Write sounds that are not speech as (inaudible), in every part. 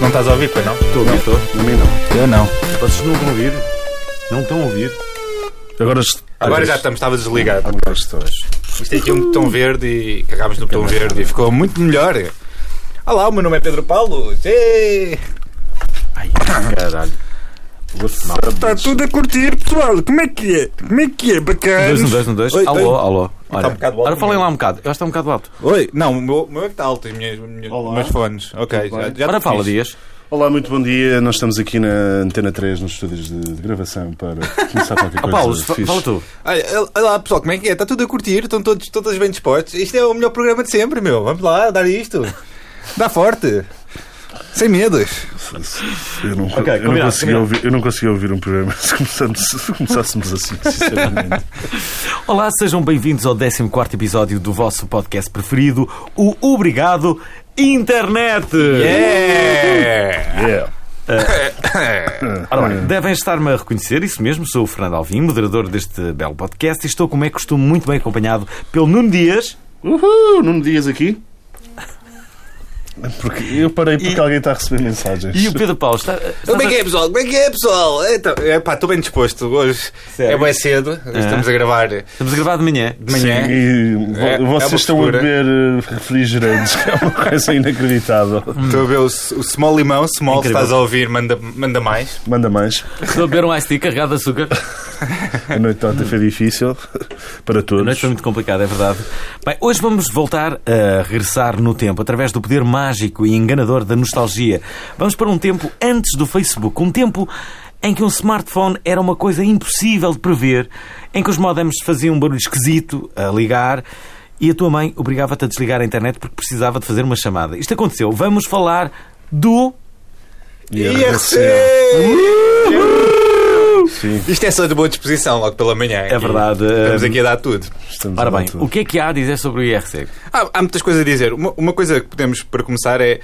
Não estás a ouvir, pois não? Estou a ouvir? Estou. Também não. Eu não. Vocês não estão a ouvir? Não estão a ouvir? Agora, Agora já estamos, estava desligado. Agora estou. Isto tem aqui um botão verde e cagámos no botão verde e ficou muito melhor. Olá, o meu nome é Pedro Paulo. Ê! Ai, caralho. What's up, Está tudo a curtir, pessoal. Como é que é? Como é que é? Bacanas. 2, 1, 2, 1, 2. Oi, Alô, oi. alô. um bocado alto Ora, falem mesmo. lá um bocado. Eu acho que está um bocado alto. Oi, não, o meu, o meu é que está alto, os minhas, minhas- Olá. meus fones. Ok, Tudo já, bem? já Ora, te fala, fiz. Dias. Olá, muito bom dia. Nós estamos aqui na Antena 3, nos estúdios de, de gravação, para começar (laughs) qualquer Ó, coisa. Paulo, fa- fixe. fala tu. Olha, olha lá, pessoal, como é que é? Está tudo a curtir? Estão todos, todos bem dispostos? Isto é o melhor programa de sempre, meu. Vamos lá, dar (laughs) isto. Dá forte. Sem medos. Eu não, eu não combinado, consegui combinado. ouvir, eu não consegui ouvir um programa (laughs) se, começamos- se começássemos assim, (laughs) sinceramente. Olá, sejam bem-vindos ao 14 episódio do vosso podcast preferido, o Obrigado Internet. É! Yeah. Ora bem, devem estar-me a reconhecer, isso mesmo, sou o Fernando Alvim, moderador deste belo podcast e estou, como é costume, muito bem acompanhado pelo Nuno Dias. Uhul, Nuno Dias aqui. Porque eu parei porque alguém está a receber mensagens. E o Pedro Paulo está. está- Como é que é, pessoal? Como é que é, pessoal? Então, epá, estou bem disposto. Hoje Sério? é bem cedo. Estamos a gravar de Estamos a gravar de manhã. manhã. E vo- É- é uma vocês estão a postura. beber eh, refrigerantes, que é uma coisa inacreditável. (laughs) Hum. Estou a ver o, o Small Limão. Small, se Incrível. estás a ouvir, manda, manda mais. Manda mais. Estou a beber um ice tea carregado de açúcar. A noite de ontem (laughs) foi difícil A para noite todos. foi muito complicada, é verdade. Bem, hoje vamos voltar a regressar no tempo, através do poder mágico e enganador da nostalgia. Vamos para um tempo antes do Facebook, um tempo em que um smartphone era uma coisa impossível de prever, em que os modems faziam um barulho esquisito a ligar e a tua mãe obrigava-te a desligar a internet porque precisava de fazer uma chamada. Isto aconteceu. Vamos falar do... é IRC! Sim, Isto é só de boa disposição logo pela manhã. É verdade. Estamos aqui a dar tudo. estamos Ora a dar bem, tudo. o que é que há a dizer sobre o IRC? Há, há muitas coisas a dizer. Uma, uma coisa que podemos, para começar, é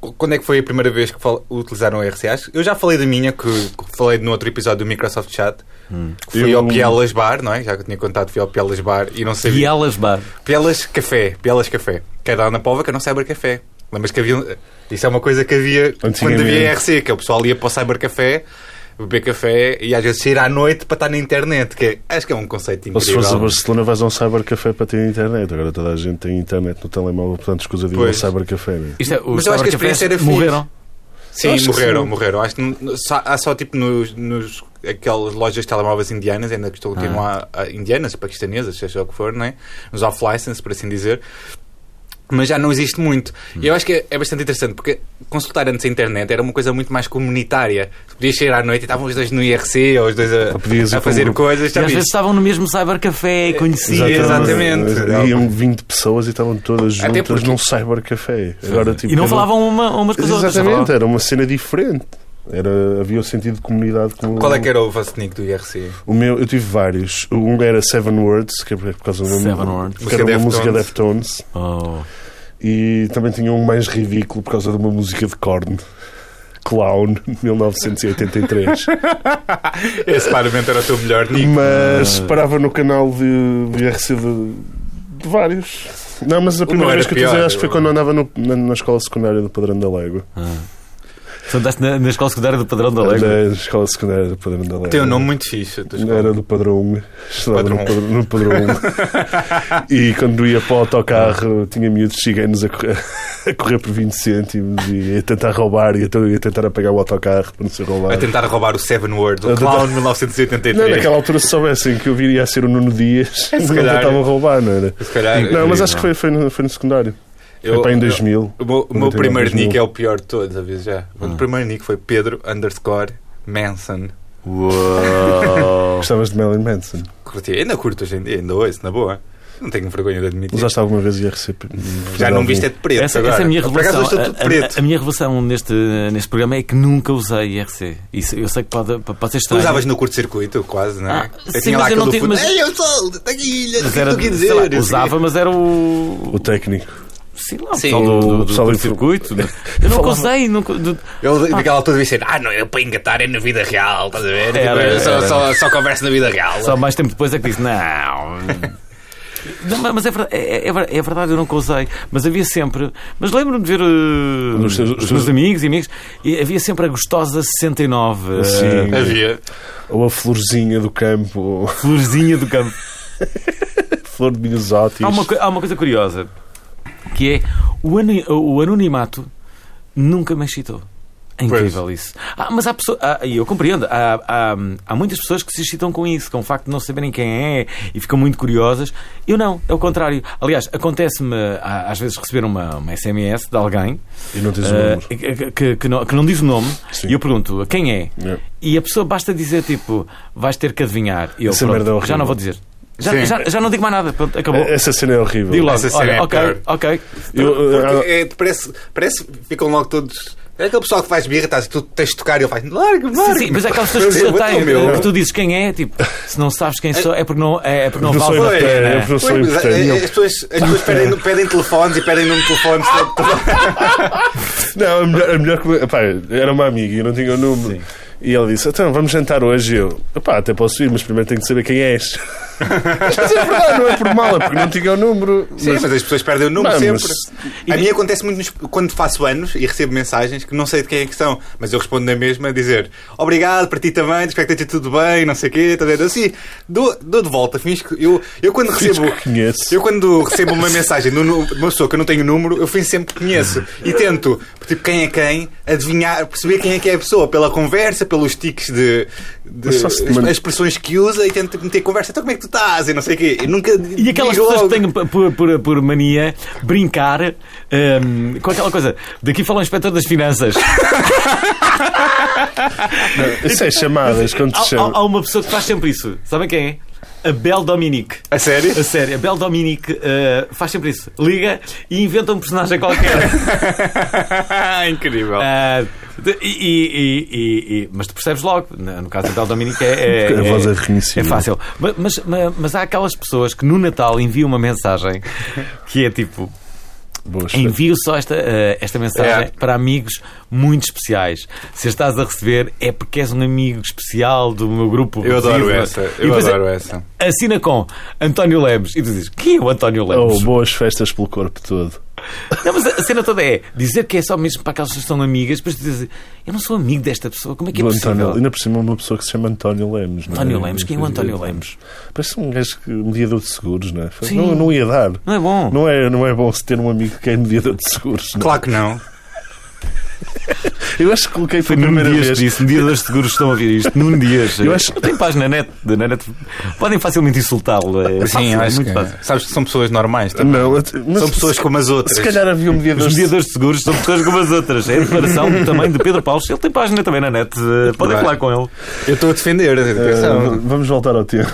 qu- quando é que foi a primeira vez que fal- utilizaram RCAs? Eu já falei da minha, que, que falei no outro episódio do Microsoft Chat. Hum. Que fui Eu- ao Pielas Bar, não é? Já que eu tinha contado, fui ao Pielas Bar e não E sabia. elas, bar. Pielas Café, Pielas Café. Que era lá na Pova, que era um cybercafé. Lembras que havia. Isso é uma coisa que havia quando Antigamente. havia IRC, que é o pessoal ia para o cybercafé. Beber café e às vezes sair à noite para estar na internet, que é- acho que é um conceito Ou se fores a incrível. Barcelona, vais a um cybercafé para ter internet. Agora toda a gente tem internet no telemóvel, portanto, escusadinho ao Pois. cybercafé. Né? Isto é, os Mas eu acho que a cybercafés experiência era fixe. Morreram. Sim, Acho que morreram, sim. morreram. Acho que n- n- só- há só tipo nos, nos aquelas lojas de telemóveis indianas, ainda que estão Ah. continuar a- indianas, paquistanesas, seja o que for, não é? Nos off-license, por assim dizer. Mas já não existe muito. E eu acho que é, é bastante interessante, porque consultar antes a internet era uma coisa muito mais comunitária. Tu Podias sair à noite e estavam os dois no IRC, ou os dois a, podias ir a para um fazer grupo. coisas. E já às vezes viste? estavam no mesmo cybercafé, conheciam. É, Exatamente. Iam 20 pessoas e estavam todas Até juntas porque- num cybercafé. Agora, tipo, E não cada- falavam uma, umas com as outras. Exatamente, falavam. era uma cena diferente. Era, havia o sentido de comunidade. Como... Qual é que era o vosso nick do (laughs) IRC? O meu, eu tive vários. Um era Seven Words, que é por por causa do nome- Seven Words. Que era uma Música música Deftones. Oh. E também tinha um mais ridículo por causa de uma música de corno. Clown, (laughs) 1983. Esse claramente era o teu melhor nick. mas parava no canal de, de IRC de, de vários. Não, mas a primeira era vez que eu pior, fiz acho que foi eu- quando andava no- na, na escola secundária do Padrão da Légua. Tu andaste na, na escola secundária do Padrão da Légua. Na escola secundária do Padrão da Légua. Tem um nome muito fixe. a tua escola. Era do Padrão 1. Estudava Padrão. um. no Padrão, no padrão (laughs) 1. e quando ia para o autocarro, tinha miúdos chiganos a correr, a correr por 20 cêntimos e a tentar roubar e a, tentar- e a tentar apagar o autocarro para não ser A roubado. tentar roubar o Seven Words, o Eu tentava- Clown 1983. Não, naquela altura, se soubessem que eu viria a ser o Nuno Dias, não É, calhar. tentavam roubar, não era? Se calhar. Não, mas Incrível. acho que foi, foi, no, foi no secundário. foi para em 2000. eu- o meu, o meu 99, primeiro 2000. nick é o pior de todos, aviso já. O Ah. meu primeiro nick foi Pedro underscore Manson. Uou. Gostavas de Marilyn Manson. Curti, ainda curto hoje em dia, ainda ouço, na boa. Não tenho vergonha de admitir. Usaste alguma vez IRCP? Já não viste é de preto. Essa, agora. essa é a minha Por acaso revelação. hoje estou tudo A- a- preto. A, minha revelação neste, neste programa é que nunca usei IRC. Isso, eu sei que pode, pode Tu ser estranho. usavas no curto-circuito, quase, não é? Ah, sim, mas eu não aquele tenho- do mas- fundo, Ei, eu sou da guilha, o Mas que é que era, tu quis sei dizer? lá, Não sei o quê. usava, mas era o. O técnico. Sei lá, o Sim, pessoal do, do, o pessoal do do (laughs) circuito. Eu nunca usei. Nunca, do- Ele, naquela altura, disse: Ah, não, eu para engatar é na vida real, estás a ver? Tipo, Era, eu só, era. Só, só converso na vida real. Só mais tempo depois é que disse: não. (laughs) Não, mas- mas é verdade, é, é ver- é verdade, eu nunca usei. Mas havia sempre. Mas lembro-me de ver eh, Nos teus- os meus amigos e amigos. E havia sempre a gostosa 69. eh, Sim. Havia. Ou a florzinha do campo, ou (laughs) a Florzinha do campo. flor de minhas ótis. Há uma, co- há uma coisa curiosa que é o, ani- o anonimato nunca me excitou. É incrível isso. Ah, mas há pessoas, ah, e eu compreendo, há, há, há muitas pessoas que se excitam com isso, com o facto de não saberem quem é e ficam muito curiosas. Eu não, é o contrário. Aliás, acontece-me ah, às vezes receber uma, uma SMS de alguém E não tens o ah, número. que, que- que não, que não diz o nome Sim. e eu pergunto quem é. É. E a pessoa basta dizer tipo, vais ter que adivinhar. E eu, Essa pronto, merda é horrível. já não vou dizer. Já, Sim. já, já não digo mais nada, pronto, acabou. Essa cena é horrível. Digo logo, Essa cena olha, é ok, pior. ok. Eu, ah, Porque é, parece, parece que ficam logo todos. É aquele pessoal que faz birra, estás, tu tens de tocar e ele faz. Larga, larga. Sim, sim, mas é aquelas pessoas que Mas eu se vou têm, ao meu. que tu dizes quem é, tipo, se não sabes quem sou, é porque não, é, é porque não, Não vale sou a eu. pena. É, eu sou Pois, mas, importante. é, é, as pessoas, as pessoas pedem, pedem telefones e pedem número de telefone. Não, a melhor, a melhor que. Pá, era uma amiga e eu não tinha o número. E ela disse: Então, vamos jantar hoje. E eu, pá, até posso ir, mas primeiro tenho que saber (laughs) quem és. mas é verdade, não é por mal, é porque não tinha o número. Sim, mas, as pessoas perdem o número Não, sempre. A mas- mim acontece muito nos- quando faço anos e recebo mensagens que não sei de quem é que são, mas eu respondo na mesma a dizer obrigado para ti também, espero que esteja tudo bem, não sei o quê, estás a ver? Assim, dou, dou de volta, finjo que. Eu, eu quando recebo. que conheço. Eu quando recebo uma mensagem de um- de uma pessoa que eu não tenho número, eu finjo sempre que conheço e tento, tipo, quem é quem, adivinhar, perceber quem é que é a pessoa pela conversa, pelos tiques de. de Mas só se te as, manda- as expressões que usa e tento tipo, meter conversa, então como é que tu estás e não sei o quê. E nunca. E aquelas digo pessoas logo. que têm p- por, por, por mania brincar hum, com aquela coisa. Daqui fala o inspetor das finanças. Isso é chamadas, quando Há, te há- chamam. há uma pessoa que faz sempre isso. Sabem quem é? A Bel Dominique. A sério? A sério, a Bel Dominique eh, faz sempre isso. Liga e inventa um personagem qualquer. (laughs) Incrível. Ah, de- e, e- e- e- mas tu percebes logo, no no caso da Del Dominique é, A voz é reconhecível. é fácil. Ma- Mas, ma- mas há aquelas pessoas que no Natal enviam uma mensagem que é tipo: Boas. envio só esta, ah, esta mensagem É. para amigos muito especiais. Se a estás a receber, é porque és um amigo especial do meu grupo. Eu adoro reduzido." essa. E Eu depois adoro essa. Assina com António Lemos e tu dizes: Quem é o António Lemos? Ou boas festas pelo corpo todo. Não, mas a cena toda é dizer que é só mesmo para aquelas pessoas que são amigas, depois tu dizes, eu não sou amigo desta pessoa, como é que é Do possível? António, ainda por cima, uma pessoa que se chama António Lemos. não é? António Lemos, quem é o António Lemos? Parece um gajo que, mediador de seguros, não é? Foi- Sim. Não, não ia dar. Não é bom? Não é, não é bom se ter um amigo que é mediador de seguros. não é? Claro que não. Eu acho que coloquei Foi pela num primeira dia vez. disse, num dia dos seguros estão a ouvir isto, num dia. Eu acho- Não tem paz na net, na net. podem facilmente insultá-lo. é fácil, é muito fácil. Sabes que são pessoas normais. também. Não, mas São pessoas como as outras. Se calhar havia um mediador Os de mediadores de seguros são pessoas como as outras. É a declaração também de Pedro Paulo. Ele tem página também na net. eh, Podem Bem. falar com ele. Eu estou a defender. Uh, atenção. vamos voltar ao tema.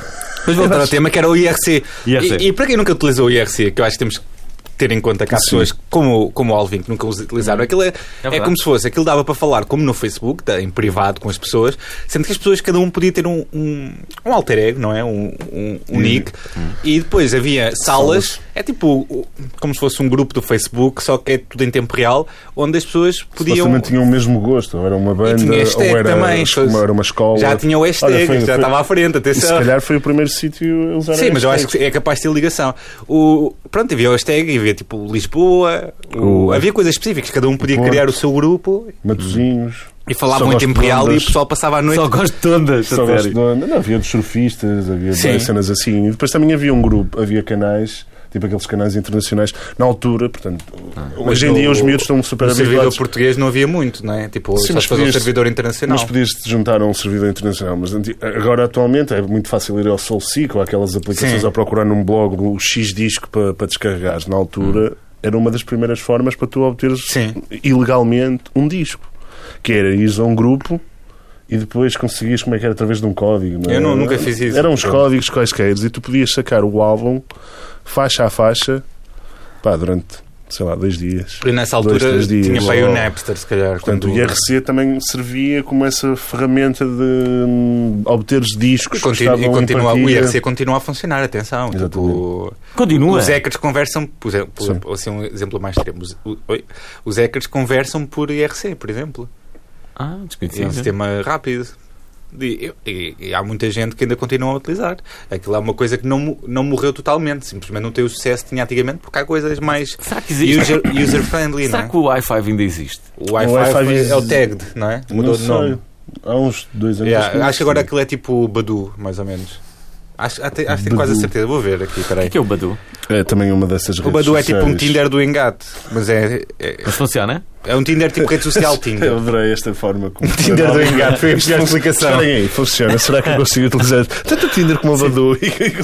Mas voltar ao tema que era o IRC. IRC. E, e para quem nunca utilizou o IRC, que eu acho que temos que ter em conta que há pessoas como, como o Alvin que nunca Hum. utilizaram. Aquilo é, é, verdade. como se fosse, aquilo dava para falar como no Facebook, tá, em privado com as pessoas, sendo que as pessoas, cada um podia ter um, um, um alter ego, não é? Um, um, Hum. um nick. E depois havia salas, é tipo o- como se fosse um grupo do Facebook, só que é tudo em tempo real, onde as pessoas podiam. Supostamente tinham o mesmo gosto, ou era uma banda, tinha ou hashtag era, também, uma, era uma escola. Já tinha o hashtag, Olha, foi- já foi- estava à frente, E se atenção. calhar foi o primeiro sítio a usar Sim, mas eu acho hashtag. que é capaz de ter ligação. O, pronto, havia o hashtag, havia tipo Lisboa, o- O- havia coisas específicas, cada um podia Porto. criar o seu grupo Matozinhos. e falava Só muito gosto em de real e o ondas. pessoal passava a noite. Só gosto de ondas, a Só gosto de sério. onda. Não, havia dos surfistas, havia Sim. várias cenas assim. E depois também havia um grupo, havia canais, tipo aqueles canais internacionais, na altura, portanto, Ah. hoje em Mas dia no- os miúdos estão super No servidor habituados. português não havia muito, não é? Tipo, Sim, só mas se fazia um podias- servidor internacional. Mas podias te juntar a um servidor internacional. Mas anti- agora, atualmente, é muito fácil ir ao SoulSeek ou aquelas aplicações Sim. a procurar num blog o X-Disco para, para descarregares. Na altura, era uma das primeiras formas para tu obteres Hum. Sim. ilegalmente um disco. Que era ir a um grupo e depois conseguias, como é que era, através de um código. não é? Eu não- nunca fiz isso. Eram uns códigos quaisquer e tu podias sacar o álbum faixa a faixa pá, durante, sei lá, dois dias. E nessa Dois, altura três dias. tinha para aí Uau. o Napster, se calhar. Portanto, o quando- IRC também servia como essa ferramenta de hum, obteres E discos que continua- estavam e continua, em o partilha. IRC continua a funcionar, atenção. Exatamente. Tipo, Continua. os hackers conversam, por exemplo, Sim. por- assim, um exemplo mais extremo. Os, o- oi? Os hackers conversam por IRC, por exemplo. Ah, é um desconhecido. sistema rápido. E, e- e há muita gente que ainda continua a utilizar. Aquilo é uma coisa que não, mo- não morreu totalmente, simplesmente não tem o sucesso que tinha antigamente, porque há coisas mais Será que existe? user- user-friendly, não Será é? que o i5 ainda existe? O Wi-Fi, O Wi-Fi foi- is- é o tagged, não é? Não Mudou de sei. nome. Há uns dois anos. Yeah, acho que agora aquilo é tipo Badu, mais ou menos. Acho, até- acho que tenho quase a Badoo. certeza. Vou ver aqui, O que peraí. é, que é o Badu? É também uma dessas O redes Badu é tipo um sociais. Tinder do engate, mas é, é, Mas funciona? é um Tinder tipo rede (laughs) social Eu Tinder. adorei esta forma como. Tinder do engate, foi a melhor explicação. Esperem aí, funciona. Será que eu consigo utilizar tanto o Tinder como o Badu?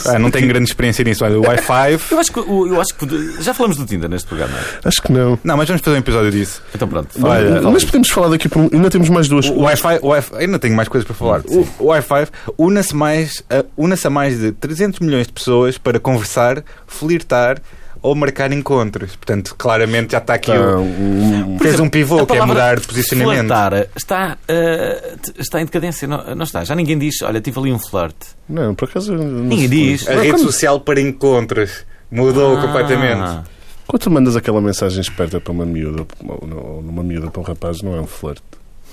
Ah, não tenho grande experiência nisso. Olha, o Wi-Fi. Eu acho que, o- eu acho que pode- já falamos do Tinder neste programa. não é? (laughs) Acho que não. Não, mas vamos fazer um episódio disso. Então pronto. Olha, Mas- mas podemos falar daqui por um. Ainda temos mais duas. O Wi-Fi, o Wi-Fi- ainda tenho mais coisas para falar. Hum. O, o Wi-Fi une-se mais a, une-se a mais de 300 milhões de pessoas para conversar, flirtar ou marcar encontros. Portanto, claramente já está aqui. Tá, o- um- Tens um pivô A que é palavra mudar de posicionamento. Flertar está, ah, t- está em decadência. Não, não está. Já ninguém diz, olha, tive ali um flirte. Não, por acaso. não Ninguém se- diz. A rede social para encontros mudou completamente. Ah, Quando tu mandas aquela mensagem esperta para uma miúda, ou numa miúda para um rapaz, não é um flerte.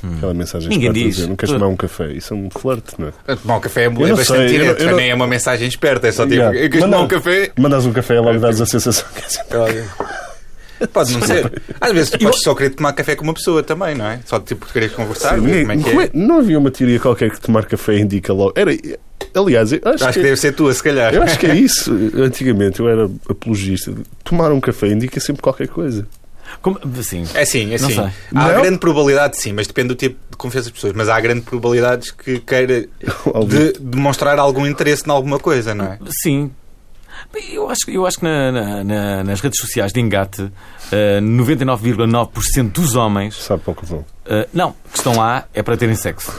Hum. Aquela mensagem Ninguém esperta a diz. dizer, não queres Tu- tomar um café? Isso é um flerte, não é? Portanto, Tomar um café é é Eu não bastante sei, eu direto, não- eu já não- nem é uma mensagem esperta, é só tipo, Yeah. eu quis Manda- tomar um café. Mandas um café e logo dás a sensação que é assim. (laughs) Pode não ser. Às vezes tu podes só querer tomar café com uma pessoa também, não é? Só tipo querer conversar, ver Ninguém- como é que como é. é- Não havia uma teoria qualquer que tomar café indica logo. Era, aliás, eu acho, é, Acho que deve ser tua, se calhar. eu acho que é isso. Antigamente eu era apologista. Tomar um café indica sempre qualquer coisa. (laughs) como, sim. É sim, é Não sim. sei. Há Não? grande probabilidade, sim, mas depende do tipo de confiança das pessoas. Mas há grande probabilidades que queira Alguém- de demonstrar algum interesse em alguma coisa, não é? Sim. Bem, Eu acho, eu acho que na- na- na- nas redes sociais de engate, ah, 99,9% dos homens, Sabe pouco vão. ah, não, que estão lá é para terem sexo,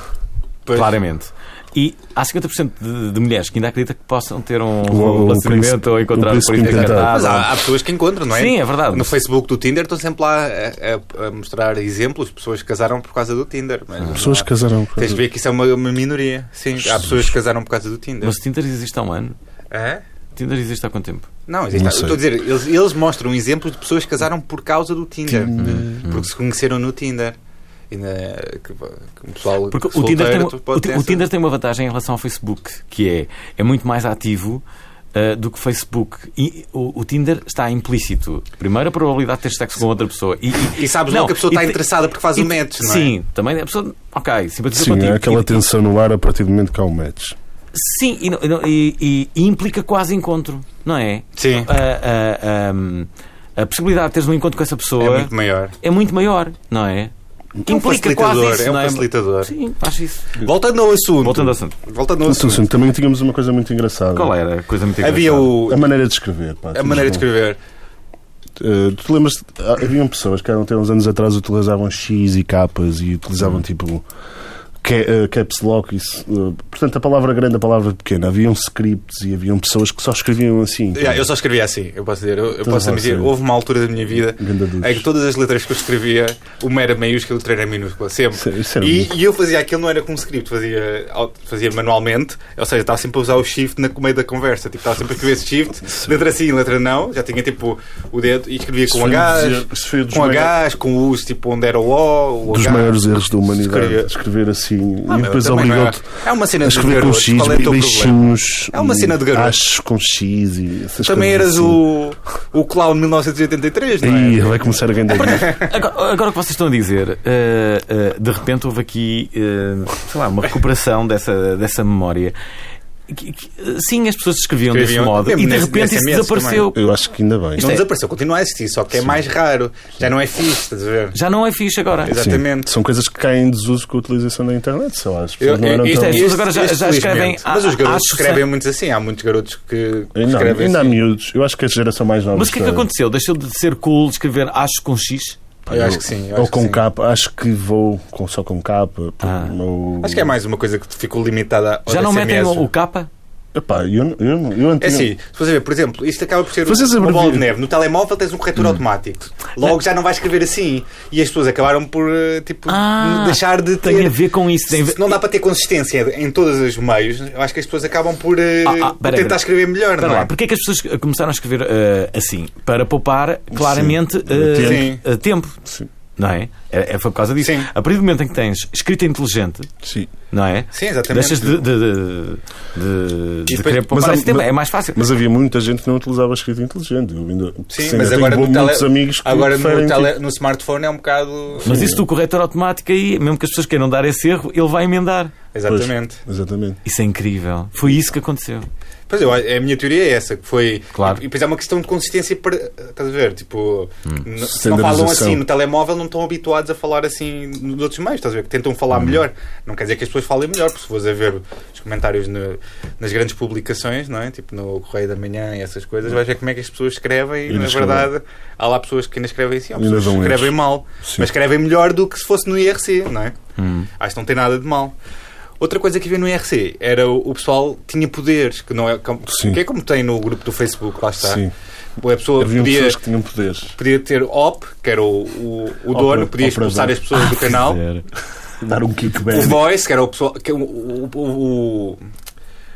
Pois. claramente. E há 50% de, de mulheres que ainda acreditam que possam ter um, O- o príncipe- relacionamento ou encontrar o um príncipe príncipe encantado. encantado. É Mas há, há pessoas que encontram, não é? Sim, é verdade. No Facebook do Tinder estão sempre lá a, a- a mostrar exemplos de pessoas que casaram por causa do Tinder. Mas não Pessoas há- que casaram com Tens de ver que isso é uma, uma minoria. Sim, há pessoas que casaram por causa do Tinder. Mas o Tinder existe há um ano. É? Tinder existe há quanto tempo? Não, existe. Não eu sei. estou a dizer, eles, eles mostram exemplos de pessoas que casaram por causa do Tinder. Hum. Porque se conheceram no Tinder. E na, que, que o pessoal Porque o solteiro Tinder, tem, tu pode o, Ti- ter o essa- Tinder tem uma vantagem em relação ao Facebook, que é, é muito mais ativo ah, do que o Facebook. E o, o Tinder está implícito. Primeiro, a probabilidade de ter sexo com outra pessoa. E, e- E sabes Não, logo que a pessoa e está te- interessada porque faz e- o match, não é? Sim, também a pessoa. Ok, simpatiza Sim, contigo. há aquela E- tensão no ar a partir do momento que há um match. Sim, e, não- e não- e- e- e implica quase encontro, não é? Sim. A, a- a- a possibilidade de teres um encontro com essa É pessoa muito maior. é muito maior, não é? É um Implica quase facilitador. isso, é um não facilitador. Sim, acho isso. Voltando ao assunto. Voltando ao assunto. Voltando ao Então, assunto. sim, também tínhamos uma coisa muito engraçada. é? Qual era a coisa muito Havia engraçada? o. A maneira de escrever. pá, A temos maneira de uma- escrever. Uh, tu lembras? ah, Haviam pessoas que eram até uns anos atrás utilizavam X e capas e Hum. utilizavam tipo ca- uh, caps lock. Isso, uh, portanto, a palavra grande, a palavra pequena. Haviam scripts e haviam pessoas que só escreviam assim. Yeah, eu só escrevia assim, eu posso dizer. Eu, eu Tudo posso bem, admitir, sim. houve uma altura da minha vida Ganda ducho. em que todas as letras que eu escrevia, uma era maiúscula e outra era minúscula, sempre. Isso- é- isso era e, muito. e eu fazia aquilo, não era com um script, fazia, au- fazia manualmente, ou seja, estava sempre a usar o shift na no meio da conversa. Tipo, estava sempre a escrever esse shift, letra sim, letra não, já tinha tipo o dedo e escrevia Isso com foi um H, dizer- isso foi dos com maiores- H, com U's, tipo onde era o O, o Dos H. maiores erros da humanidade. Escrevia. Escrever Ah, assim e meu, depois também não obrigou-te é. É uma cena a de escrever com garoto. X, Qual é o teu problema? beijinhos. É uma cena de hum, garoto. Achos com X e essas Também coisas eras assim. o, o clown de 1983, não é? Ih, vai começar (laughs) a ganhar. Agora, agora o que vocês estão a dizer, eh, eh, de repente houve aqui, eh, sei lá, uma recuperação dessa, dessa memória. Que- que- sim, as pessoas escreviam desse Escreviam, modo e mesmo de nesse- repente nesse isso SMS desapareceu. Eu acho que ainda bem. Não é- desapareceu, continua a existir, só que é mais raro. Já não é fixe, estás a ver? Já não é fixe agora. Sim. Exatamente. São coisas que caem em desuso com a utilização da internet, sei lá. As pessoas Eu- não eram isto tão... é- As pessoas agora já- isto, já escrevem felizmente. Mas os a- garotos acho que escrevem sei. muito assim. Há muitos garotos que que Ainda, escrevem ainda há assim. miúdos. Eu acho que a geração mais nova. Mas o que é que está- aconteceu? Deixou de ser cool escrever acho com X? Pá, Eu acho que sim, eu ou acho que com sim. capa, acho que vou com- só com capa. porque Ah. não- Acho que é mais uma coisa que ficou limitada ao Já não SMS. metem o, o capa? Epá, eu, eu, eu antes- É assim, se você ver, por exemplo, isto acaba por ser Vocês uma bola de abreviam. Hum. neve. No telemóvel tens um corretor automático. Logo já não vai escrever assim. E as pessoas acabaram por, eh, tipo, Ah, deixar de ter... Tem a ver com isso. Tem a ver- Se não dá para ter consistência em todos os meios, eu acho que as pessoas acabam por, eh, Ah, ah, por peraí, tentar peraí. escrever melhor, Espera não é? lá, porquê é que as pessoas começaram a escrever eh, assim? Para poupar claramente eh, Tempo. eh, tempo. Sim. Não é? É, é- Foi por causa disso. Sim. A partir do momento em que tens escrita inteligente, Sim. não é? Sim, exatamente. Deixas de, de, de, de- de depois- querer mas poupar há- esse tempo. mas- É mais fácil. Mas havia muita gente que não utilizava escrita inteligente. Eu ainda, Sim, ainda mas tenho agora bo- no, tele... muitos amigos que agora no, preferem, tele... tipo, no smartphone é um bocado. Mas isso do corretor automático aí, mesmo que as pessoas queiram dar esse erro, ele vai emendar. Exatamente. Exatamente. Isso é incrível. Foi isso que aconteceu. Pois eu, a minha teoria é essa, que foi. Claro. E depois é uma questão de consistência para. Estás a ver? Tipo, n- se não Hum. Standardização. falam assim no telemóvel, não estão habituados a falar assim nos outros meios, estás a ver? Que tentam Hum. falar melhor. Não quer dizer que as pessoas falem melhor, porque se fores a ver os comentários no- nas grandes publicações, não é? Tipo no Correio da Manhã e essas coisas, vais ver como é que as pessoas escrevem e, Hum. E na não escrevem. verdade há lá pessoas que ainda escrevem assim, há Ainda pessoas que dão erros. escrevem mal, Sim. Hum. mas escrevem melhor do que se fosse no IRC, não é? Acho que não tem nada de mal. Outra coisa que havia no IRC era o, o pessoal tinha poderes, que não é como, Sim. que é como tem no grupo do Facebook, lá está. Sim. A pessoa Havia Tá. um podia, pessoas que tinham poderes. podia ter OP, que era o, o, o Opera- dono, podia expulsar operador. as pessoas (laughs) do canal. É. Dar um O kickback. Voice, que era o pessoal. Que, o, o, o, o-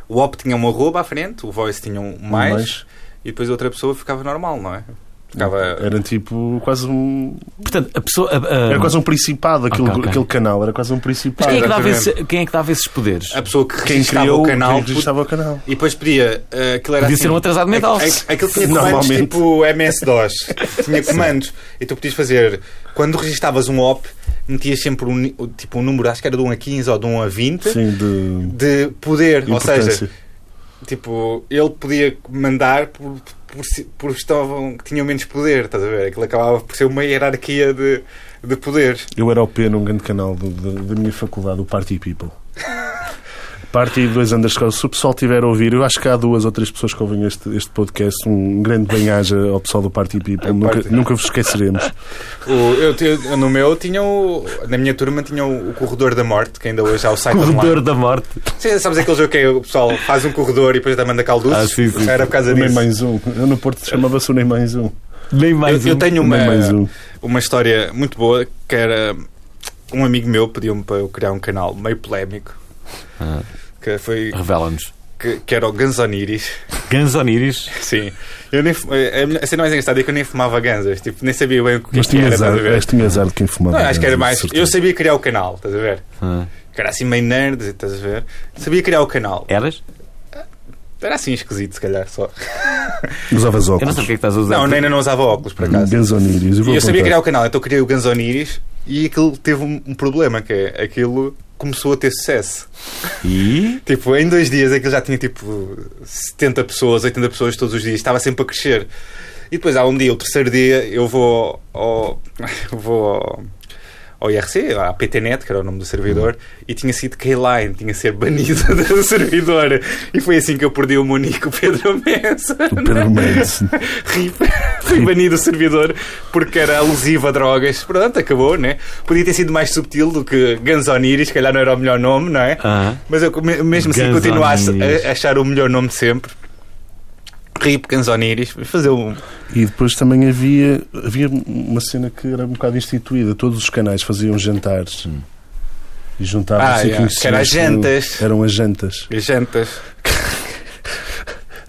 o OP tinha uma roupa à frente, o Voice tinha um mais, Mas e depois a outra pessoa ficava normal, não é? Ficava. Era tipo quase um. Portanto, a pessoa. a- a- Era quase um principado aquele, ok, ok. aquele canal. Era quase um Mas principado. quem é, que dava Exatamente. esse- quem é que dava esses poderes? A pessoa que Quem registrava criou o canal Quem registava o canal. E depois podia. eh, aquilo era Podia assim, ser um atrasado mental. aqu- aqu- Aquilo é tinha comandos Normalmente. tipo MS-DOS. tinha comandos. E tu podias fazer. Quando registavas um OP, metias sempre um, ni- tipo, um número, acho que era de 1 a 15 ou de 1 a 20, Sim, de de poder. Ou importância. seja, tipo, ele podia mandar por, por, si- por estavam, que tinham menos poder, estás a ver? Aquilo acabava por ser uma hierarquia de, de poderes. Eu era o P num grande canal do- da- da minha faculdade, o (laughs) Party People. Party 2 underscore. Se o pessoal tiver a ouvir, eu acho que há duas ou três pessoas que ouvem este, este podcast. Um grande bem-aja ao pessoal do Party People. Nunca, É Party. nunca vos esqueceremos. O- eu, te- eu- no meu tinha o, na minha turma tinha o, o corredor da morte, que ainda hoje há o site online. Corredor da morte. Sim, sabes aquele jogo que é o pessoal faz um corredor e depois dá manda calduços? Ah, sim, sim, Era por causa O Nem disso. mais um. Eu no Porto chamava-se o Nem mais um. Nem Eu, mais eu um. tenho O uma, Nem mais um. uma história muito boa que era um amigo meu pediu-me para eu criar um canal meio polémico. Ah. Que, foi, Revela-nos. que, que era o Ganzoniris. Ganzoniris. (laughs) Sim. Eu nem, fu- a, minha- a cena mais engraçada é que eu nem fumava ganzas. Tipo, nem sabia bem o que, Mas que tinha era. azar, estás a ver? mas tinha azar de quem fumava. Não, acho que era mais. de certeza. Eu sabia criar o canal, estás a ver? Ah. Que era assim meio nerd, estás a ver? Sabia criar o canal. Eras? Era assim esquisito, se calhar só. Usavas Eu não óculos. sei o que é que estás a usar. Não, nem não usava óculos, por acaso. Ganzonídeos. E eu sabia apontar. criar o canal, então eu criei o Ganzoniris e aquilo teve um, um problema, que é aquilo começou a ter sucesso. E. Tipo, em dois dias aquilo já tinha tipo 70 pessoas, 80 pessoas todos os dias, estava sempre a crescer. E depois há um dia, o terceiro dia, eu vou ao. (laughs) vou ao, ao IRC, à PTNet, que era o nome do servidor, e tinha sido K-Line, tinha sido banido (laughs) do servidor. E foi assim que eu perdi o meu nick, o Pedro Mesa. O Pedro Mendes. Ri- Fui banido do servidor porque era alusivo a drogas. Pronto, acabou, né? Podia ter sido mais subtil do que Ganzoniris, se calhar não era o melhor nome, não é? Ah. Mas eu, me- mesmo assim, Ganzoniris. continuo a ass- a achar o melhor nome de sempre. Rip Ganzoniris, Vou fazer um. E depois também havia, havia uma cena que era um bocado instituída. Todos os canais faziam jantares. E Ah, juntavam-se e yeah. conheciam-se. Que era as jantas. Eram as jantas. Jantas.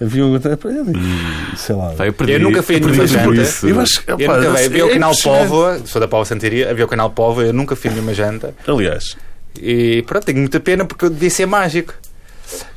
Havia um... e, sei lá. Pá, eu perdi. Eu nunca fui a eu perdi nenhuma tudo janta. isso. Eu acho que... Eu opá, nunca vi. Havia é o canal impressionante. Povo, sou da Povo Santeria, havia o canal Povo, eu nunca fui a nenhuma janta. Aliás, E pronto, tenho muita pena porque eu devia ser mágico.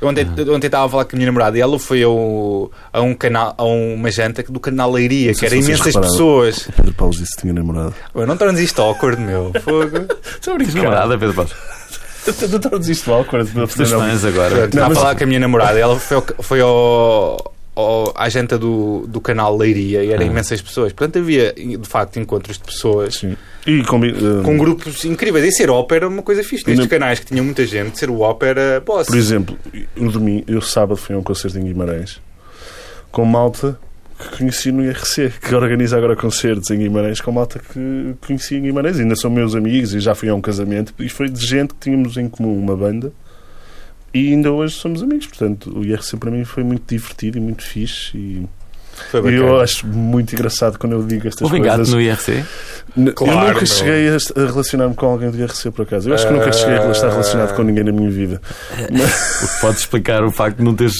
Eu ontem Ah. eu ontem estava a falar com a minha namorada e ela foi a, um- a um canal, a uma janta do canal Leiria, sei que era se vocês imensas repararam. pessoas. o Pedro Paulo disse que tinha (laughs) namorado. Ué, não tornes isto awkward, meu. Fogo. Estou a Tens namorada, Pedro Paulo. Não tornes Então, isto é mal, quase. Dos fãs agora. Estava a mas- falar com a minha namorada e ela foi, ao, foi ao- ao- à janta do, do canal Leiria e eram Ah. imensas pessoas. Portanto, havia de facto encontros de pessoas. Sim. E combi... eh, Com grupos incríveis. E ser ópera era uma coisa fixe. Nestes Não- canais que tinha muita gente, ser o ópera, boss. Por exemplo, no domingo, eu sábado fui a um concerto em Guimarães com malta que conheci no IRC, que organiza agora concertos em Guimarães com malta que conheci em Guimarães. Ainda são meus amigos e já fui a um casamento. E foi de gente que tínhamos em comum uma banda. E ainda hoje somos amigos. Portanto, o IRC para mim foi muito divertido e muito fixe. E Foi e bacana. eu acho muito engraçado quando eu digo estas Houve engate coisas. no IRC? N- Claro, eu nunca meu. cheguei a a relacionar-me com alguém do IRC, por acaso. Eu acho que nunca cheguei a estar relacionado com Ah. ninguém na minha vida. O que pode explicar o facto de não teres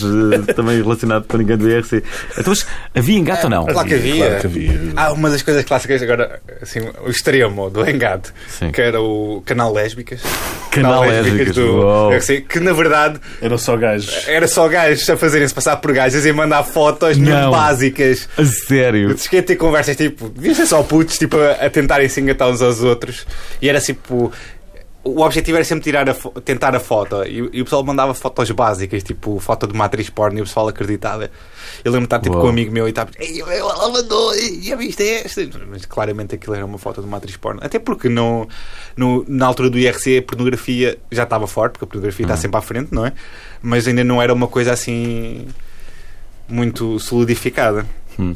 eh, também relacionado com ninguém do IRC. Então, mas havia engate ou não? Claro que havia. Claro que é. havia. Ah, uma das coisas clássicas agora, assim, o extremo do engate, Sim. que era o canal lésbicas. Canal Lésbicas, do uau. UFC, que na verdade Eram só gajos. era só gajos a fazerem-se passar por gajos e mandar fotos Não. mesmo básicas. A sério? Eu cheguei a ter conversas tipo, deviam ser só putos, tipo, a, a tentarem se engatar uns aos outros. E era tipo. O objetivo era sempre tirar a fo- tentar a foto e, e o pessoal mandava fotos básicas, tipo foto de uma atriz porno e o pessoal acreditava. Eu lembro de estar tipo, Uau. com um amigo meu e estava "Ei, ela mandou, ei, já viste este? Mas claramente aquilo era uma foto de uma atriz porno. Até porque não, no- na altura do IRC a pornografia já estava forte, porque a pornografia está sempre à frente, não é? Mas ainda não era uma coisa assim muito solidificada. Hum.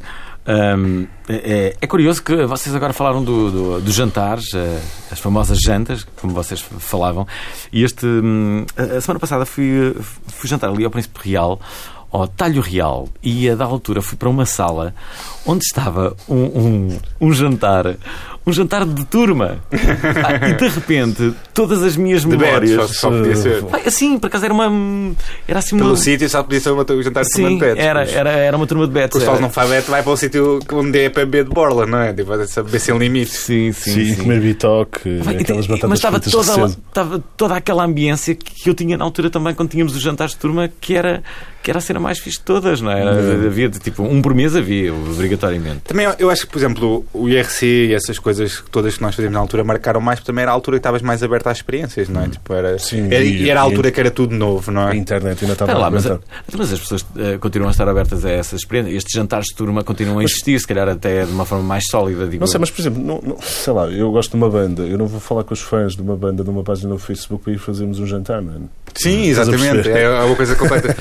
Ahm, é, é- é curioso que vocês agora falaram do- do- dos jantares, eh, as famosas jantas, como vocês f- falavam. E este. hum, a, a semana passada fui, eh, fui jantar ali ao Príncipe Real, ao Talho Real, e a da altura fui para uma sala onde estava um, um- um jantar. Um jantar de (laughs) turma. Ah, e de repente, todas as minhas De Betos, só, memórias. só eh, podia ser. Ah, Assim, por acaso era uma. Era assim uma. Pelo sítio só podia ser uma- o jantar de Sim, Fernando Pérez. era, era, era uma turma de O Betos. pessoal era. não faz bete, vai para um sítio onde é para beber de borla, não é? Tipo, vai saber sem limites. Sim, sim, Sim, sim. comer bitoque, Vai, aquelas e- e- batatas mas estava fritas toda, de lá- cedo. Estava toda aquela ambiência que eu tinha na altura também quando tínhamos os jantares de turma, que era, que era a cena mais fixe de todas, não é? Era- Havia de tipo um por mês, havia, obrigatoriamente. Também eu- eu acho que, por exemplo, o IRC e essas coisas que todas que nós fazíamos na altura marcaram mais, porque também era a altura que estavas mais aberto às experiências, não é? Tipo, era, Hum. Sim, era- e- e era a e- altura que era tudo novo, não A é? internet ainda estava Espera lá, a mas, aumentar. mas as pessoas eh, continuam a estar abertas a essas experiências. Estes jantares de turma continuam a existir, se calhar até de uma forma mais sólida, digo. Não sei, mas por exemplo, não, não- sei lá, eu gosto de uma banda, eu não vou falar com os fãs de uma banda de uma página do Facebook para ir fazermos um jantar, não é? Sim, Estás a exatamente. perceber? É uma coisa (laughs) completa.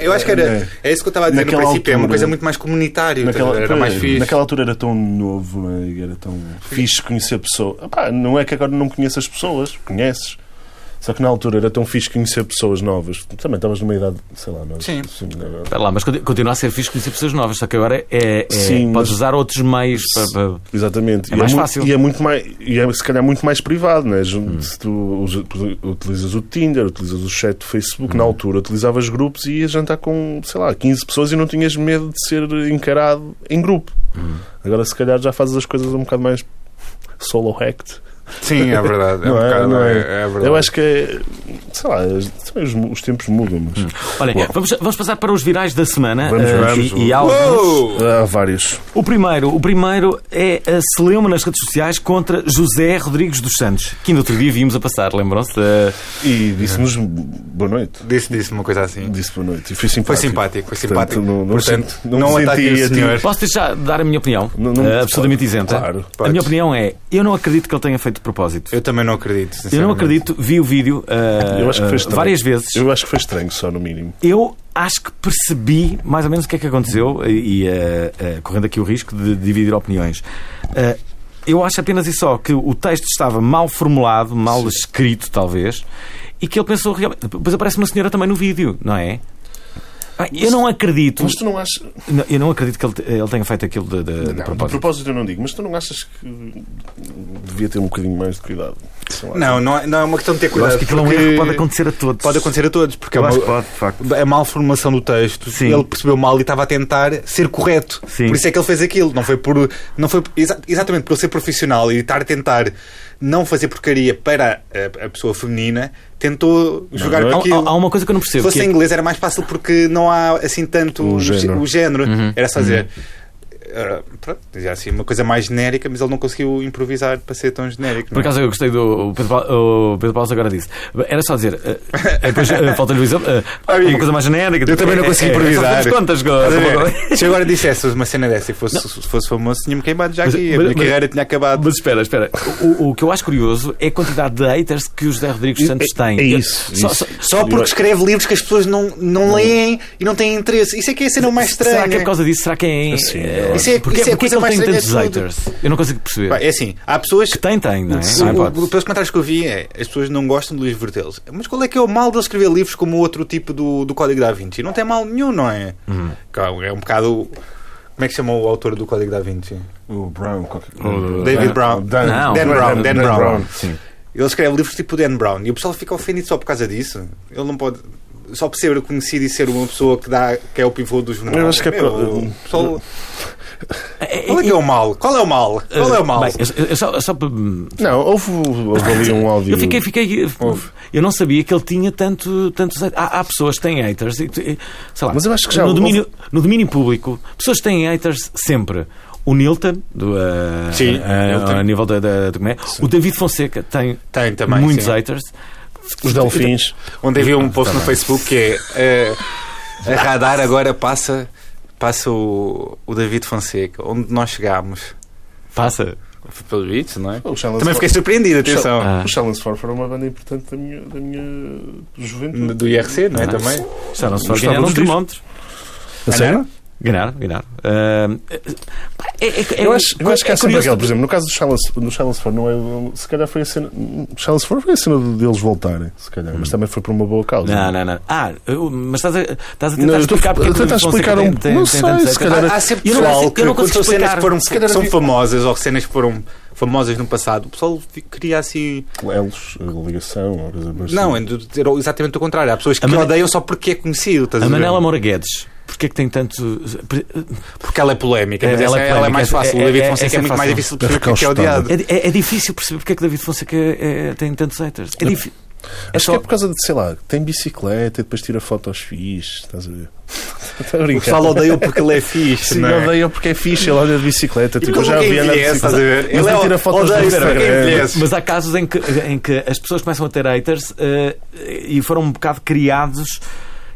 eu acho que era. É isso que eu estava a dizer Naquela no princípio, é uma altura- coisa muito mais comunitária. era pois, mais fixe. naquela altura era tão novo não é? E era tão fixe conhecer pessoas. Epá, não é que agora não conheças pessoas, conheces. Só que na altura era tão fixe conhecer pessoas novas. Também estavas numa idade, sei lá, não é? Sim. era- Espera lá, mas conti- continua a ser fixe conhecer pessoas novas, só que agora é, é- Sim, podes mas- usar outros meios para. para- Exatamente. É e mais é muito- fácil. Hum. E é, muito mais, e é se calhar muito mais privado, né? Ju- Se tu usa- utilizas o Tinder, utilizas o chat do Facebook, Hum. na altura utilizavas grupos e ias jantar com, sei lá, 15 pessoas e não tinhas medo de ser encarado em grupo. Hum. Agora se calhar já fazes as coisas um bocado mais solo hacked. Sim, é verdade. É um Não é? bocado. Não é? é- é verdade. Eu acho que é, sei lá, as- também os, os tempos mudam, Hum. mas Olha, vamos, vamos passar para os virais da semana. Vamos, eh, vamos. e, e há alguns. Uou! há vários. O primeiro, o primeiro é a celeuma nas redes sociais contra José Rodrigues dos Santos, que ainda outro dia vimos a passar, lembram-se? Eh, E disse-nos boa noite. Disse, disse uma coisa assim. Disse boa noite. E foi simpático. Foi simpático, foi simpático. Portanto, não, não Portanto, senti- não, não me senti ataquem o assim. atingido. senhor. Posso deixar de dar a minha opinião? Não, não- Eh, absolutamente isenta. Claro. A Podes. minha opinião é: eu não acredito que ele tenha feito de propósito. Eu também não acredito. Eu não sinceramente. acredito, vi o vídeo eh, Eu acho que foi eh, estranho. várias vezes. Eu acho que foi estranho, só no mínimo. Eu acho que percebi mais ou menos o que é que aconteceu e, e, eh, eh, correndo aqui o risco de dividir opiniões. Eh, eu acho apenas e só que o texto estava mal formulado, mal escrito, talvez, e que ele pensou realmente. Depois aparece uma senhora também no vídeo, não é? Ah, Eu não acredito. Mas tu não achas. Não, Eu não acredito que ele, te- eh, ele tenha feito aquilo de, de- de Não, de propósito. propósito eu não digo, mas tu não achas que devia ter um bocadinho mais de cuidado? Sei lá. Não, não é, não é uma questão de ter Eu cuidado. acho que aquilo é um porque erro que pode acontecer a todos. pode acontecer a todos, porque é Eu uma, acho que pode, de facto. a mal formação do texto. Sim. Ele percebeu mal e estava a tentar ser correto. Sim. Por isso é que ele fez aquilo. Não foi por. Não foi, exa- exatamente por ele ser profissional e estar a tentar não fazer porcaria para a, a pessoa feminina, tentou jogar não é. com Há, aquilo. há- há uma coisa que eu não Se percebo. fosse que é- em inglês era mais fácil porque não há assim tanto o O Uhum. género. género. Era só dizer. era, pronto, dizia assim, uma coisa mais genérica, mas ele não conseguiu improvisar para ser tão genérico. Por não é? acaso eu gostei do. O Pedro, Pa- o Pedro Paulo agora disse. Era só dizer. eh, eh, depois (laughs) eh, falta-lhe o exemplo. eh, uma Amigo, coisa mais genérica. eu também não eh, consegui eh, improvisar. só fazemos contas, go- Estás a ver? go- Se eu agora dissesse uma cena dessa e fosse, se fosse famoso, tinha-me queimado já Mas- aqui. A mas- minha mas- carreira tinha acabado. Mas espera, espera. O, o que eu acho curioso é a quantidade de haters que o José Rodrigues Santos tem. É isso. Só- isso. só- Só porque escreve livros que as pessoas não, não leem e não têm interesse. Isso é que é a cena mais estranha. Será que é por causa disso? Será que é. Sim, é isso é- porquê isso é a porquê coisa que ele mais tem estranha tantos de tudo. haters? Eu não consigo perceber. Pá, É assim, há pessoas que Tem, tem, não é? Se- Não há o- hipótese. o- pelos comentários que eu vi, é, as pessoas não gostam de Luís Verteles. Mas qual é que é o mal de ele escrever livros como o outro tipo do, do Código da Vinci? Não tem mal nenhum, não é? Uhum. Claro, É um bocado. Como é que chamou o autor do Código da Vinci? O Brown, qualquer Ah, David Ah, Brown. Dan, Não. Dan Brown, Dan Brown. Sim. Ele escreve livros tipo o Dan Brown e o pessoal fica ofendido só por causa disso. Ele não pode. Só por ser conhecido e ser uma pessoa que, dá, que é o pivô do jornal. Eu acho que é Meu, por- o pessoal- Qual é que é o mal? Qual é o mal? Qual é Eh, o mal? eh, Bem, eu- eu só- eu só para- Não, houve, houve ali um áudio. Eu fiquei, fiquei. Eu não sabia que ele tinha tanto, tantos haters. Há, há pessoas que têm haters. e- e- Sei lá, Mas eu acho que já no houve- domínio, no domínio público, pessoas que têm haters sempre. O Nilton, do, eh, Sim, eh, Nilton. a nível da, da, da comédia. O David Fonseca tem Tem também. muitos sim. haters. Os Delfins. Ontem havia um post no Facebook que é eh, a radar agora passa, passa o, o David Fonseca, onde nós chegámos. Passa. Pelos vídeos, não é? O Challenge Também for- fiquei surpreendido, atenção. Ah, O Challenge for foram uma banda importante da minha, da minha juventude. Do IRC, Ah, não é? Também. Estavam só a Gostava ganhar uns dos discos. termómetros. tá A sério? Ganharam, ganharam. Ah, é- é- é- Eu acho, eu acho que há é sempre curioso. aquele, por exemplo, no caso do Challenge, no Challenge for, não é, se calhar foi a cena. Challenge for foi a cena deles voltarem, se calhar, mas também foi por uma boa causa. Não, não, não. Ah, eu- mas estás a, estás a tentar Não, eu estou- explicar porque eu é que o tentar David Fonseca explicar um- tem- tem- não tem sei, tantos se haters. calhar- Há, há sempre Eu não pessoal consigo- que, eu não quando consigo são cenas que, foram, Se calhar que são havia- famosas ou que cenas que foram famosas no passado, o pessoal fi- cria assim. Elos, a ligação, ou coisa mais Não, assim. é de dizer exatamente o contrário. Há pessoas que A Mane- odeiam só porque é conhecido. Estás a A ver? Manela Moura Guedes, porquê que tem tanto. Porque ela é polémica. É, mas essa- ela ela, é é polémica, mais fácil. é- o David é- Fonseca essa é, é muito mais fácil. difícil de perceber porque é Recalcitrante. odiado. É, é- é difícil perceber porque é que David Fonseca é- é- tem tantos haters. É difícil. É Acho só- que é por causa de, sei lá, tem bicicleta e depois tira foto aos fixes, estás a ver? (laughs) Está a O brincar. pessoal odeia porque ele é fixe. Sim, não é? odeia porque é fixe, ele anda de bicicleta. Tipo, eu como já quem vi andar de envelhece, estás bicicleta. a ver? Mas Ele é ele tira o- fotos no odeia-se para quem Instagram. envelhece. Mas há casos em que, em que as pessoas começam a ter haters eh, e foram um bocado criados.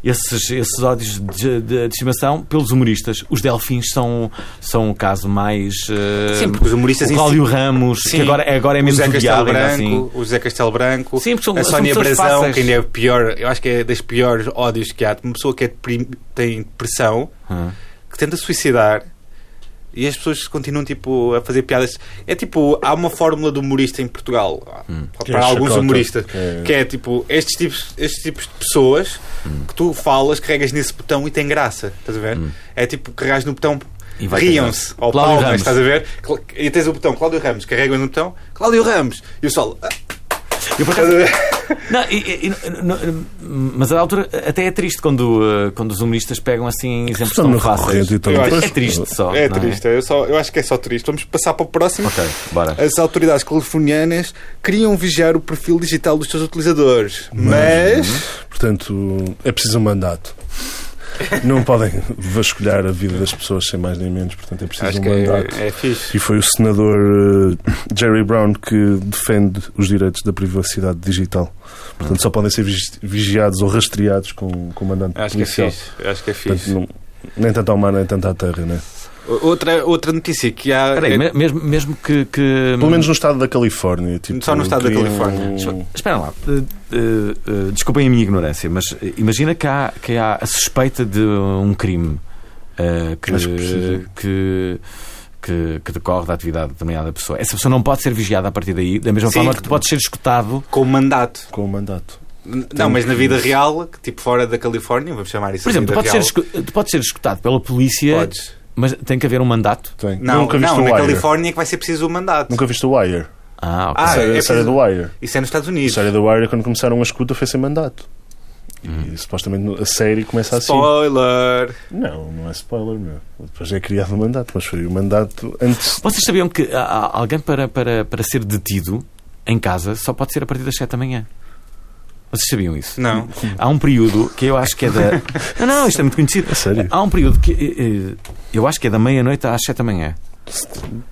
Esses, esses ódios de, de, de estimação pelos humoristas. Os Delfins são, são o caso mais. eh, Sim, porque os humoristas o em si- Cláudio Ramos, Sim. que agora, agora é o menos Zé Castelo odiado. ainda Branco, assim. o Zé Castelo Branco, Sim, porque são- a são Sónia pessoas Brazão, fáceis. que ainda é pior, eu acho que é das piores ódios que há. Uma pessoa que é deprim- tem depressão, Ah. que tenta suicidar e as pessoas continuam tipo a fazer piadas. É tipo, há uma fórmula do humorista em Portugal, Que para é a alguns chacota, humoristas, que é- que é tipo estes tipos, estes tipos de pessoas que tu falas, carregas nesse botão e tem graça, estás a ver? É tipo, carregas no botão E vai ter Riam-se ao Cláudio palmas, Ramos. estás a ver? Cl- E tens o botão Cláudio Ramos, carregam no botão Cláudio Ramos e o sol. ah. Eu, por acaso, Não, e- e- e- não, não, mas a altura até é triste quando, eh, quando os humoristas pegam assim exemplos Estamos tão no fáceis. recorrente e tal. Eu acho- É triste (laughs) só. é não triste, Eu, só, eu acho que é só triste. Vamos passar para o próximo. Ok, bora. As autoridades californianas queriam vigiar o perfil digital dos seus utilizadores, mas. Portanto, é preciso um mandato. Não podem vasculhar a vida das pessoas sem mais nem menos, portanto é preciso Acho um que mandato. é, é fixe. E foi o senador eh, Jerry Brown que defende os direitos da privacidade digital. Portanto, só podem ser vigi- vigiados ou rastreados com, com o mandante Acho que é policial. fixe. Acho que é Portanto, fixe. não- nem tanto ao mar, nem tanto à terra, né? O- Outra, outra notícia que há. Espera aí, é- me- mesmo, mesmo que. que- hum, Pelo menos no estado da Califórnia. Tipo, Só no estado da queriam- Califórnia. Espera lá. Eh, eh, eh, desculpem a minha ignorância, mas eh, imagina que há, que há a suspeita de um crime eh, que, Acho que precisa. que, que- que decorre da atividade de determinada pessoa. Essa pessoa não pode ser vigiada a partir daí, da mesma Sim. forma que tu podes ser escutado. Com mandato. Com o mandato. Não, mas na vida real, que, tipo fora da Califórnia, vamos chamar isso Por de exemplo, tu vida podes, ser, real. escu- tu podes ser escutado pela polícia, Podes. mas tem que haver um mandato. Tem. Não, Nunca viste não o na Wire. Califórnia é que vai ser preciso o mandato. Nunca viste o Wire. Ah, ok. Ah, a é série preciso- do Wire. Isso é nos Estados A Unidos. série do Wire, quando começaram a escuta, foi sem mandato. E supostamente a série começa assim. Hum. Spoiler! Não, não é spoiler, meu. Depois é criado o mandato, mas foi o mandato antes. Vocês sabiam que há- há alguém para, para, para ser detido em casa só pode ser a partir das 7 da manhã? Vocês Vocês sabiam isso? Não. Hum. Há um período que eu acho que é (laughs) da. Não, não, isto é muito conhecido. sério? Há um período que eh, eh, eu acho que é da meia-noite às sete da manhã.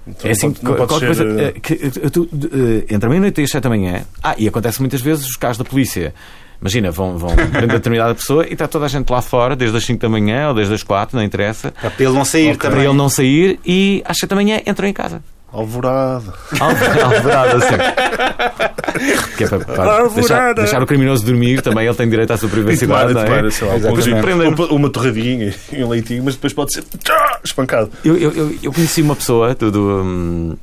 Então É assim, não pode- não qual- pode qualquer ser, coisa. eh, eh, que, eh, tu, eh, entre a meia-noite e as sete da manhã. Ah, e acontece muitas vezes os carros da polícia. Imagina, vão, vão prender determinada pessoa e está toda a gente lá fora, desde as 5 da manhã ou desde as 4, não interessa, Para ele não sair para também. ele não sair e às 7 da manhã entram em casa. Alvorada. Al- Alvorada, sim. Que é para, para deixar, Alvorada. deixar o criminoso dormir também, ele tem direito à sua E tomar, privacidade. não é? tomar, sei lá, um Depois pãozinho. prendem. Uma- uma torradinha e um leitinho, mas depois pode ser tchá, espancado. Eu, eu, eu, eu conheci uma pessoa do, do, hum,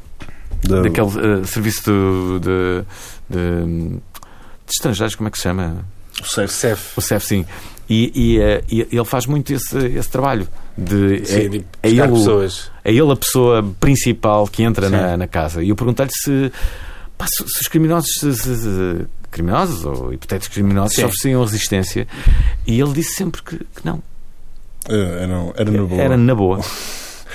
Da- daquele eh, serviço do- de, de, hum, de estrangeiros, como é que se chama? O CEF. Sef. O CEF, sim. E, e, eh, e ele faz muito esse, esse trabalho. De, Sim, é- de buscar é, ele, o- pessoas. é ele a pessoa principal que entra Sim. na, na casa. E eu perguntei-lhe se, pá, se, se os criminosos, se- se- se- criminosos ou hipotéticos criminosos, se Sim. ofereciam resistência. E ele disse sempre que, que não. Eh, não, era na boa. Era na (laughs) boa.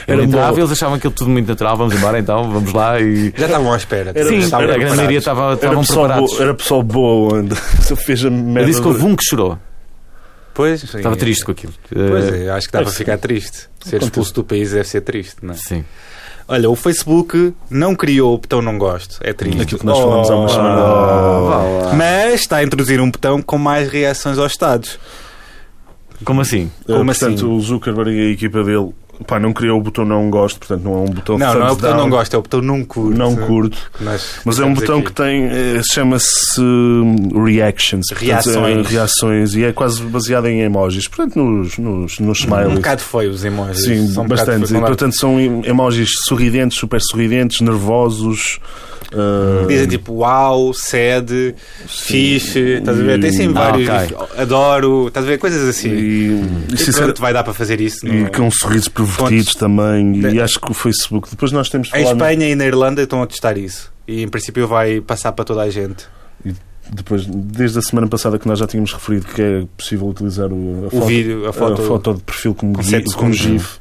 Era Ele entrava, boa. eles achavam aquilo tudo muito natural. Vamos embora então, vamos lá. E... Já estavam à espera. Sim, estavam a grande preparados. maioria estava, Era estavam pessoal preparados. boa- era pessoal boa onde (laughs) se fez a merda. Eu disse que do- houve um que chorou. Pois, sim. é. Estava triste com aquilo. Pois Eh, é, acho que dá Pois para sim. ficar triste. Ser expulso do país deve ser triste, não é? Sim. Olha, o Facebook não criou o botão não gosto. É triste. Oh. Aquilo que nós falamos há uma semana. Mas está a introduzir um botão com mais reações aos Estados. Como assim? Eh, Como portanto, assim? o Zuckerberg e a equipa dele pá, não criou o botão não gosto, portanto não é um botão não, não é o thumbs botão down, não gosto, é o botão não curto. Não curto. Que nós Mas é um estamos botão aqui. que tem. eh, chama-se hum, Reactions. portanto, Reações. eh, reações. E é quase baseado em emojis. Portanto, nos, nos, nos Um smileys. bocado feio os emojis. Sim, São um bocado bastante. feios. E, portanto, são em- emojis sorridentes, super sorridentes, nervosos. eh, Dizem tipo uau, sede, fixe, estás a ver? Tem sempre Ah, vários. ok. Adoro, estás a ver? Coisas assim. E, E, e, sincera- pronto, vai dar para fazer isso. é? e no- com sorrisos pervertidos também. E De- acho que o Facebook. Depois nós temos Em falado. Espanha e na Irlanda estão a testar isso. E em princípio vai passar para toda a gente. Depois, desde a semana passada que nós já tínhamos referido que é possível utilizar o, a O vídeo, a foto. de perfil como, Com gui- sete como segundos, GIF.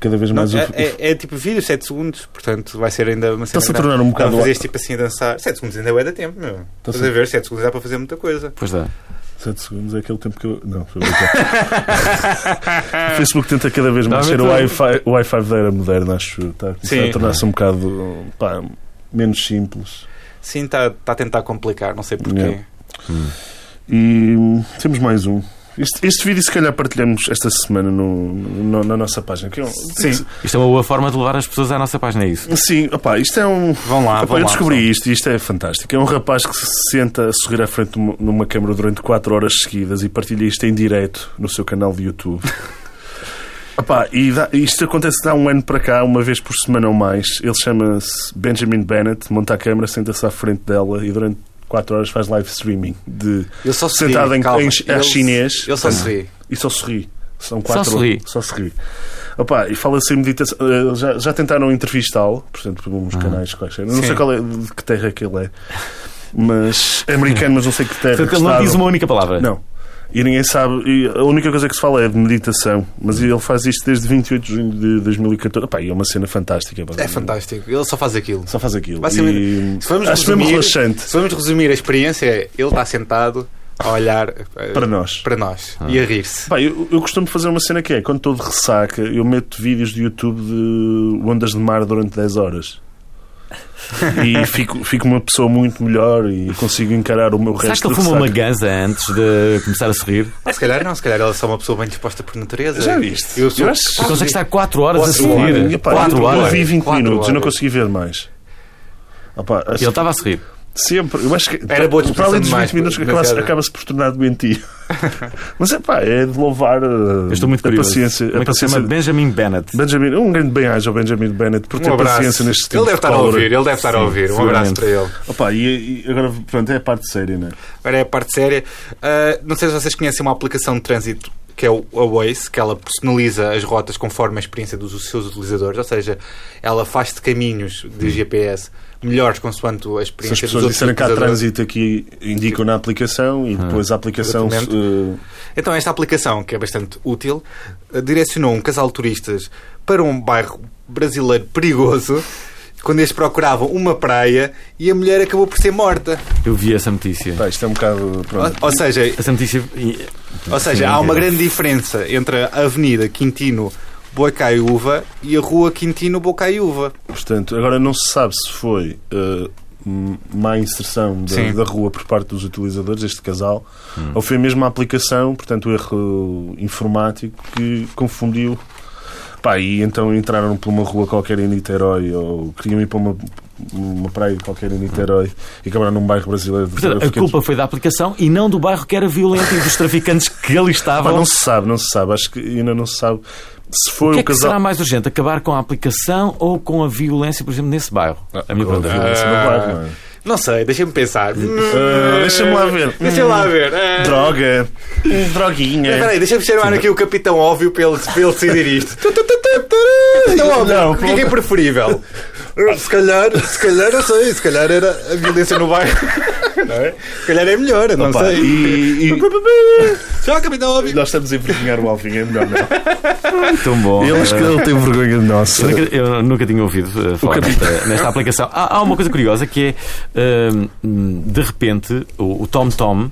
Cada vez Não, mais. o- é, é- é tipo vídeo, 7 segundos, portanto vai ser ainda uma cena. Está-se a grande. tornar um Dá para bocado. fazer tipo assim a dançar. 7 segundos ainda é bué da tempo, meu. Estás a ver? 7 segundos dá para fazer muita coisa. Pois dá. 7 segundos é aquele tempo que eu. Não, foi brincar. (laughs) O Facebook tenta cada vez mais ser o Normalmente- Wi-Fi o Wi-Fi da era moderna, acho eu. Está a começar Sim. a tornar-se um bocado pá, menos simples. Sim, está está a tentar complicar, não sei porquê. Yeah. E hum, temos mais um. Este, este vídeo, se calhar, partilhamos esta semana no, no- na nossa página. Que é um- Sim, Isto é uma boa forma de levar as pessoas à nossa página, é isso? Sim, opá, isto é um. vão lá, Epá, vão eu Ah, lá. descobri pessoal. isto e isto é fantástico. É um rapaz que se senta a sorrir à frente de uma- numa câmara durante 4 horas seguidas e partilha isto em direto no seu canal de (laughs) YouTube. Epá, e dá- isto acontece de há um ano para cá, uma vez por semana ou mais. Ele chama-se Benjamin Bennett, monta a câmara, senta-se à frente dela e durante 4 horas faz live streaming de Eu só sorri, sentado em, calma. em Eu- a chinês Eu só sorri. e só sorri. São quatro. sorri. Só sorri. Opa, e fala-se em meditação. eh, Já, já tentaram entrevistá-lo, portanto, por Ah. uns canais quais. Não Sim. sei qual é, de que terra que ele é. Mas. É americano, mas não sei que terra. Portanto, que ele não estado. diz uma única palavra. Não. E ninguém sabe. E a única coisa que se fala é de meditação. Mas ele faz isto desde 28 de junho de 2014. Opa, e é uma cena fantástica. É fantástico. Ele só faz aquilo. Só faz aquilo. Vai ser E Se vamos, Acho mesmo resumir, relaxante se vamos resumir a experiência, é ele está sentado a olhar eh, para nós. para nós e a rir-se. Pá, eu, eu costumo fazer uma cena que é, quando estou de ressaca, eu meto vídeos de YouTube de ondas de mar durante 10 horas. e (laughs) fico, fico uma pessoa muito melhor e consigo encarar o meu Será que resto ele de fuma uma ressaca. ganza antes de começar a sorrir? Ah, Se calhar não, se calhar ela é só uma pessoa bem disposta por natureza. Já viste? Eu sou Eu acho- Tu consegue estar 4 horas a Quatro Sim, sorrir. epá, 4 eu horas. vi 20 Quatro minutos, eu não horas. consegui ver mais. Ah pá, acho E ele tá- estava a sorrir. Sempre, eu acho que Era boa para além disposição dos 20 demais, minutos que demasiado. acaba- acaba-se por tornar (laughs) doentio. Mas é pá, é de louvar uh, Eu estou muito a curioso. paciência. Como A é que ele se chama? paciência Benjamin Bennett. Benjamin, um grande bem-ajo ao Benjamin Bennett por ter Um abraço. paciência neste tempo ele deve de estar a calor. ouvir, ele deve estar a ouvir. Um abraço seguramente. para ele. Opa, e, e agora, pronto, é a parte séria, né? Agora é a parte séria. Ah, não sei se vocês conhecem uma aplicação de trânsito que é o a Waze, que ela personaliza as rotas conforme a experiência dos seus utilizadores, ou seja, ela faz-te caminhos de GPS melhores consoante a Hum. Se as experiência dos pessoas outros disserem que há utilizadores. trânsito aqui, indicam na aplicação e depois a aplicação. Exatamente. eh, Então, esta aplicação, que é bastante útil, eh, direcionou um casal de turistas para um bairro brasileiro perigoso quando eles procuravam uma praia e a mulher acabou por ser morta. Eu vi essa notícia. Pá, isto é um bocado. Pronto. Ou, ou seja, Essa notícia. ou seja, há uma é. grande diferença entre a Avenida Quintino Bocaiúva e a Rua Quintino Bocaiúva. Portanto, agora não se sabe se foi eh, m- má inserção da, Sim. da rua por parte dos utilizadores, este casal, ou foi mesmo a aplicação, portanto, o erro informático que confundiu. Pá, e então entraram por uma rua qualquer em Niterói ou queriam ir para uma, uma praia qualquer em Niterói e acabaram num bairro brasileiro de Portanto, a traficantes. culpa foi da aplicação e não do bairro que era violento e dos traficantes que ali Ah, Pá, estavam. não se sabe, não se sabe. Acho que ainda não se sabe se foi O o, que é que casal. será mais urgente? Acabar com a aplicação ou com a violência, por exemplo, nesse bairro? A minha Ou Ah, a pergunta. violência no bairro, não é? Não sei, deixa-me pensar. Ah, deixa-me lá ver. Hum. Deixa-me lá ver. Ah. Droga. Um Mas Droguinha. Peraí, deixa-me chamar aqui o Capitão Óbvio para ele, para ele decidir (laughs) isto. Capitão Óbvio, Não, o que é que é preferível? Se calhar, se calhar eu sei, se calhar era a violência no bairro. Não é? Se calhar é melhor, eu não Opa, sei. e, e- (laughs) Tchau, Capitão Óbvio. nós estamos a envergonhar o Alvin, é melhor não. (laughs) Tão bom. Ele acho que ele tem vergonha de nós. Eu nunca, eu nunca tinha ouvido eh, falar nesta, nesta aplicação. Há, há uma coisa curiosa que é, hum, de repente, o o TomTom.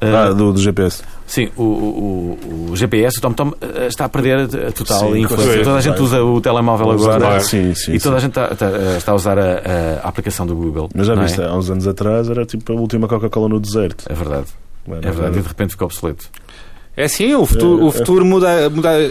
eh, Ah, do, do GPS. Sim, o, o- o GPS, o TomTom, eh, está a perder a total Sim, influência. claro. Toda a gente usa o telemóvel agora sim, sim. e toda a sim. gente está, está- está a usar a, a aplicação do Google. Mas já não é? viste, há uns anos atrás era tipo a última Coca-Cola no deserto. É verdade, Mano, é verdade. E de repade ficou obsoleto. É sim, o futuro, o futuro muda,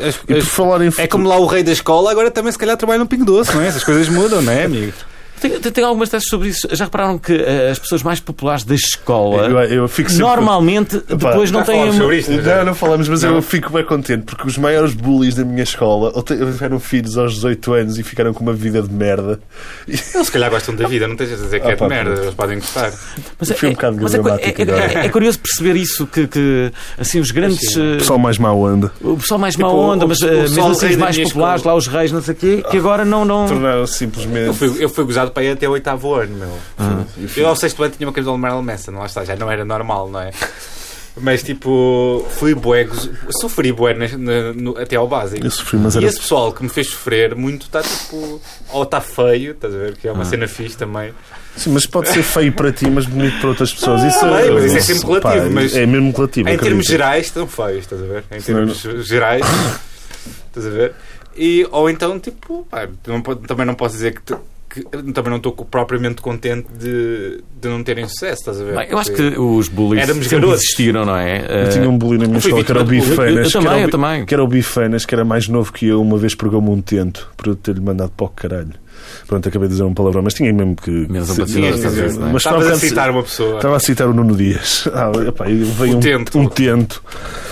as, E por falar em É futuro- como lá o rei da escola, agora também se calhar trabalha no Pingo Doce, não é? Essas coisas mudam, não é, amigo? Tem, tem- tem algumas testes sobre isso. Já repararam que eh, as pessoas mais populares da escola Eu, eu fico sempre... normalmente depois não têm. Então, é? Não, não falamos, mas Não. eu fico bem contente porque os maiores bullies da minha escola ou te- ou tiveram filhos aos 18 anos e ficaram com uma vida de merda. Eles se calhar gostam da vida, não tens a dizer que Ah, é de pá, merda, pronto. eles podem gostar. Mas Fui um bocado mas é, cu- dramático é- é- agora. é curioso perceber isso, que, que, assim, os grandes. eh, Pessoal mais mau anda. o pessoal mais Tipo, mau o- onda, o- mas o eh, mesmo pessoal assim os rei da mais minha populares, escola. lá os reis, não sei o quê, que agora não. não... Tornaram-se simplesmente. Eu fui, eu fui gozado para ir até o oitavo ano, meu. Ah. Eu ao sexto ano tinha uma camisola de Marilyn Manson, lá está, já não era normal, (laughs) não é? Mas tipo, fui bué, gozo- sofri bué na- na- no- até ao básico. Eu sofri, mas E era. esse pessoal que me fez sofrer muito está tipo, ou está feio, estás a ver, que é Ah. uma cena fixe também. Sim, mas pode ser feio para ti, mas bonito para outras pessoas. Isso, bem, mas isso é sempre pá, relativo, mas- É mesmo relativo. Em acredito. termos gerais, estão feios, estás a ver? Em Senão termos (coughs) gerais, estás a ver? E, ou então, tipo, pá, não po- também não posso dizer que. te- que- também não estou co- propriamente contente de, de não terem sucesso, estás a ver? Bem, eu acho Porque- que os bullies Éramos sempre garotos. existiram, não é? Eh, Eu tinha um bullying na minha fui escola que era o vítima de bullying. Eu- eu Bifanas. que era também, o eu Bi- também. Que era o Bifanas, que era mais novo que eu, uma vez pegou-me um tento por eu ter-lhe mandado para o caralho. Pronto, acabei de dizer um palavrão, mas tinha mesmo que. Menos um se- patrocinador, Mas estás a dizer, não é? então, estava Estavas a citar uma pessoa. Estava a citar o Nuno Dias. (laughs) Ah, epá, eu- veio O um, tento. um tento.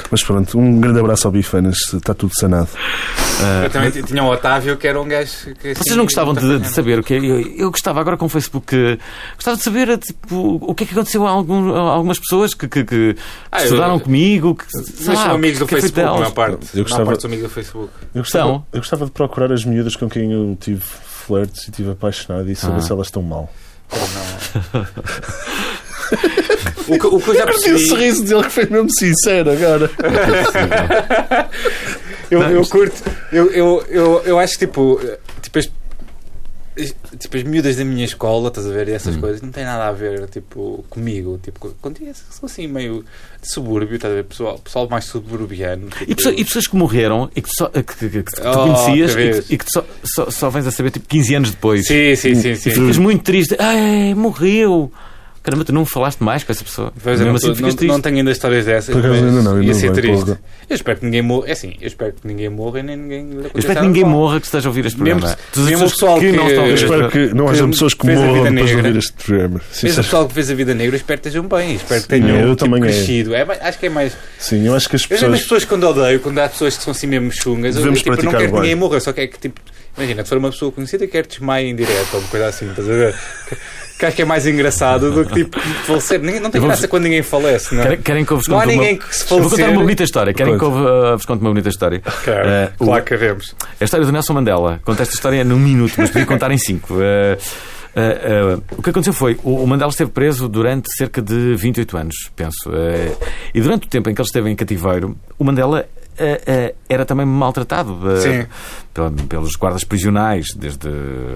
Mas pronto, um grande abraço ao Bifanas, está tudo sanado. Eu também t- tinha o Otávio que era um gajo que assim, Vocês não gostavam de, de apanhava. saber o que é? Eu, eu gostava agora com o Facebook. eh, Gostava de saber eh, tipo, o que é que aconteceu a, algum- a algumas pessoas que, que- que Ah, eu- estudaram comigo. Que, é Mas são amigos do Facebook, na maior parte. Eu Na maior gostava- parte são amigos do Facebook. Eu gostava, Então? eu gostava de procurar as miúdas com quem eu tive flertes e tive apaixonado e saber Ah. se elas estão mal. Ou não. (laughs) o, que, o que eu já percebi. dele que foi mesmo sincero agora. Eu, eu curto. Eu, eu, eu, eu acho que tipo. Tipo as, as- tipo as miúdas da minha escola, estás a ver? E Hum. essas coisas não têm nada a ver tipo, comigo. Tipo, contigo são assim meio de subúrbio, estás a ver? Pessoal, pessoal mais suburbiano. tipo- E, pessoa- e pessoas que morreram e que, só, que, que- que tu Oh, conhecias outra e vez. que, e que tu só, só, só vens a saber tipo 15 anos depois. Sim, sim, sim. sim. E ficas muito triste. Ai, morreu. Caramba, tu não falaste mais com essa pessoa. Pois é, Mesmo não, assim tô- ficas não- triste. não tenho ainda histórias dessas. Por acaso mas ainda não, ainda ia não ser vai, triste. porra. Eu espero que ninguém morra. É assim, eu espero que ninguém morra e nem ninguém. lhe Eu aconteça espero que nada ninguém mal. morra que esteja a ouvir este Mesmo- programa. Todas as mesmo o pessoas pessoal que- Eu Eu espero que não que haja pessoas que fez a morram vida depois de negra. ouvir este programa. Mesmo o Sinceramente. pessoal que fez a vida negra, eu espero que estejam bem. Espero que Sim, tenham eu tipo, também é. crescido. É, mais- acho que é mais. Sim, eu acho que as Eu já as pessoas. pessoas quando odeio, quando há pessoas que são assim mesmo chungas, eu, Devemos tipo, eu não praticar quero que o bem. ninguém morra, eu só quero que tipo. Imagina, se for uma pessoa conhecida, eu quero desmaia em direto ou uma coisa assim, estás a ver? Que acho que é mais engraçado do que tipo falecer. Ninguém- Não tem Eu vou- graça quando ninguém falece, não é? Querem, querem que eu vos Não há conte uma... ninguém que se Vou contar falecer. uma bonita história. Querem que eu eh, vos conte uma bonita história? Claro, Eh, o- claro que queremos. A história do Nelson Mandela. Conto esta história num minuto, mas podia contar em cinco. Eh, eh, eh, o que aconteceu foi, o, o Mandela esteve preso durante cerca de 28 anos, penso. Eh, e durante o tempo em que ele esteve em cativeiro, o Mandela eh, eh, era também maltratado eh, Sim. pela- pelos guardas prisionais, desde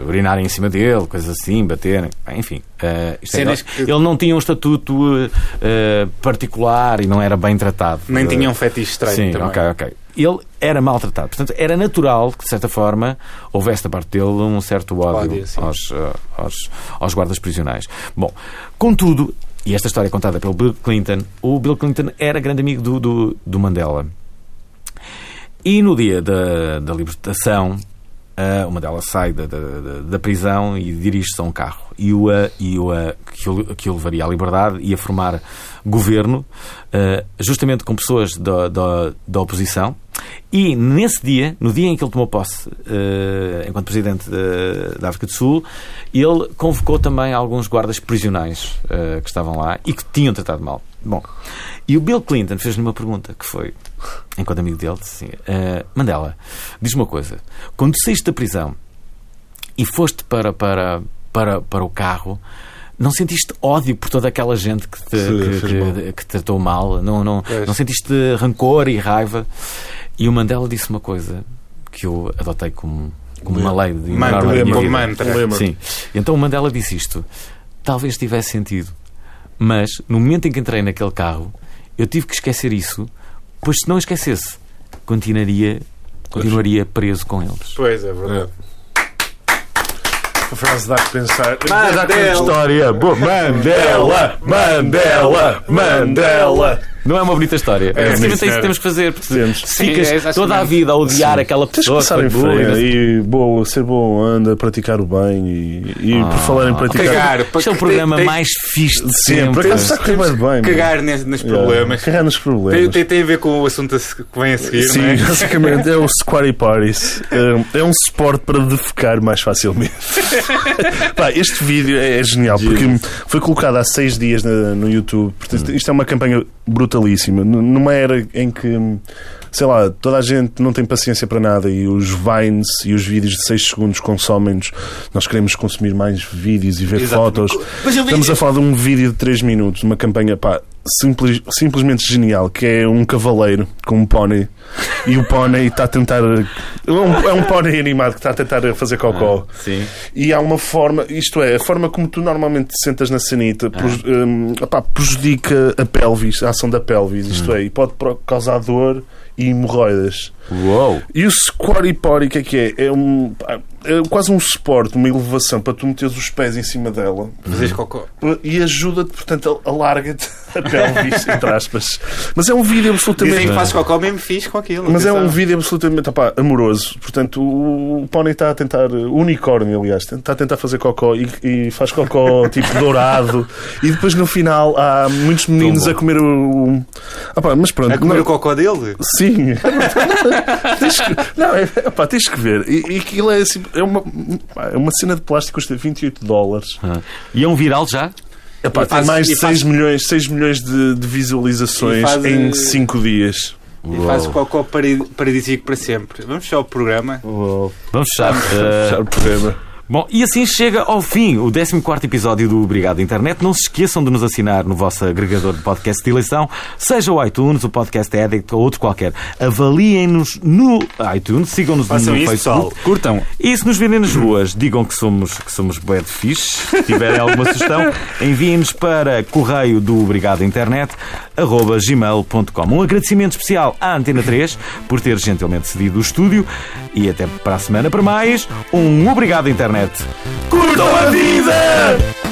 urinarem em cima dele, coisas assim, baterem, enfim. eh, isto é Cenas nó- que- Ele não tinha um estatuto eh, eh, particular e não era bem tratado. Nem Eh, tinha um fetiche estranho Sim, também. ok, ok. Ele era maltratado. Portanto, era natural que, de certa forma, houvesse da parte dele um certo ódio, Ódio, sim. aos, eh, aos, aos guardas prisionais. Bom, contudo, e esta história é contada pelo Bill Clinton, o Bill Clinton era grande amigo do, do, do Mandela. E no dia da, da libertação, ah, uma delas sai da, da, da- da prisão e dirige-se a um carro. E o, ah, e o, ah, que, o, que o levaria à liberdade e a formar governo, ah, justamente com pessoas da, da, da oposição. E nesse dia, no dia em que ele tomou posse ah, enquanto presidente da- da África do Sul, ele convocou também alguns guardas prisionais ah, que estavam lá e que tinham tratado mal. Bom, e o Bill Clinton fez-lhe uma pergunta que foi, enquanto amigo dele, disse assim, "Ah, Mandela, diz uma coisa, quando saíste da prisão e foste para, para, para, para o carro, não sentiste ódio por toda aquela gente que te, que, Sim, fez mal. que- que te tratou mal? Não, não, Pois. não sentiste rancor e raiva? E o Mandela disse uma coisa que eu adotei como, como uma lei de uma norma da minha Mantra, vida. mantra. Sim. Então o Mandela disse isto. Talvez tivesse sentido, mas no momento em que entrei naquele carro, eu tive que esquecer isso, pois se não esquecesse, continuaria, continuaria preso com eles. Pois é, verdade. A frase dá que pensar. Mas Dá que até ele. história boa. Mandela, Mandela, Mandela. Não é uma bonita história. É, Simplesmente é sim, isso senhora. que temos que fazer, porque Temos. se ficas Sim, é exatamente. toda a vida a odiar aquela Tens que pessoa. passar em foi né? bullying, freio e bom, ser bom anda, praticar o bem e, e Ah. por falar em praticar. Cagar. um Este é o porque programa tem- mais fixe de Sim, por sempre. acaso está a correr mais bem. mano. Cagar nes- nos Yeah. problemas. Cagar nos Tem, problemas. tem, tem a ver com o assunto a se- que vem a seguir, não Eh, Sim, é? (laughs) basicamente é o Squatty Parties. É um suporte para defecar mais (laughs) facilmente. Pá, este vídeo é, é genial porque foi colocado há seis dias na- no YouTube. Portanto, Hum. isto é uma campanha brutalíssima. N- Numa era em que, hum, sei lá, toda a gente não tem paciência para nada e os vines e os vídeos de seis segundos consomem-nos. Nós queremos consumir mais vídeos e ver Exatamente. fotos. Estamos a falar de um vídeo de 3 minutos, uma campanha pá, simples- simplesmente genial, que é um cavaleiro com um pônei e o pônei está a tentar. É um, é um pônei animado que está a tentar fazer cocó. Sim. E há uma forma, isto é, a forma como tu normalmente te sentas na sanita preju- hum, opá, prejudica a pelvis, a ação da pelvis, isto é, e pode pro- causar dor e hemorroidas. Uou! E o squatty potty, o que é que é? É, um, pá, é quase um suporte, uma elevação para tu meteres os pés em cima dela Fazes cocô. e ajuda-te, portanto, alarga-te (laughs) a pelvis, entre aspas. Mas é um vídeo Dizem que absolutamente. fazes cocô mesmo fixe com aquilo. Mas é um atenção. vídeo absolutamente opá, amoroso. Portanto, o o Pony está a tentar. O unicórnio, aliás, está a tentar fazer cocó e, e faz (laughs) cocó tipo dourado. E depois no final há muitos meninos bom. a comer o. o- Opá, mas pronto. A É comer não- o cocô dele? Sim. (laughs) tens que, não, é, opá, tens que ver. E, e aquilo é, assim, é, uma, é uma cena de plástico que custa 28 dólares. Ah. E é um viral já? Epá, E tem faz- mais e de 6 faz- milhões, 6 milhões de, de E visualizações faz, eh, em 5 dias. E fazes cocô pari- paradisíaco para sempre. Vamos só ao programa. Vamos fechar. Ah, Fechar o programa. Bom, e assim chega ao fim o 14º episódio do Obrigado Internet. Não se esqueçam de nos assinar no vosso agregador de podcast de eleição, seja o iTunes, o Podcast Addict ou outro qualquer. Avaliem-nos no iTunes, sigam-nos no Façam isso, pessoal. Facebook. Curtam. E se nos virem nas ruas, digam que somos, que somos bad fish. Se tiverem alguma sugestão, enviem-nos para correio do obrigado internet, arroba gmail.com. Um agradecimento especial à Antena 3 por ter gentilmente cedido o estúdio e até para a semana para mais um Obrigado Internet. Curtam a vida!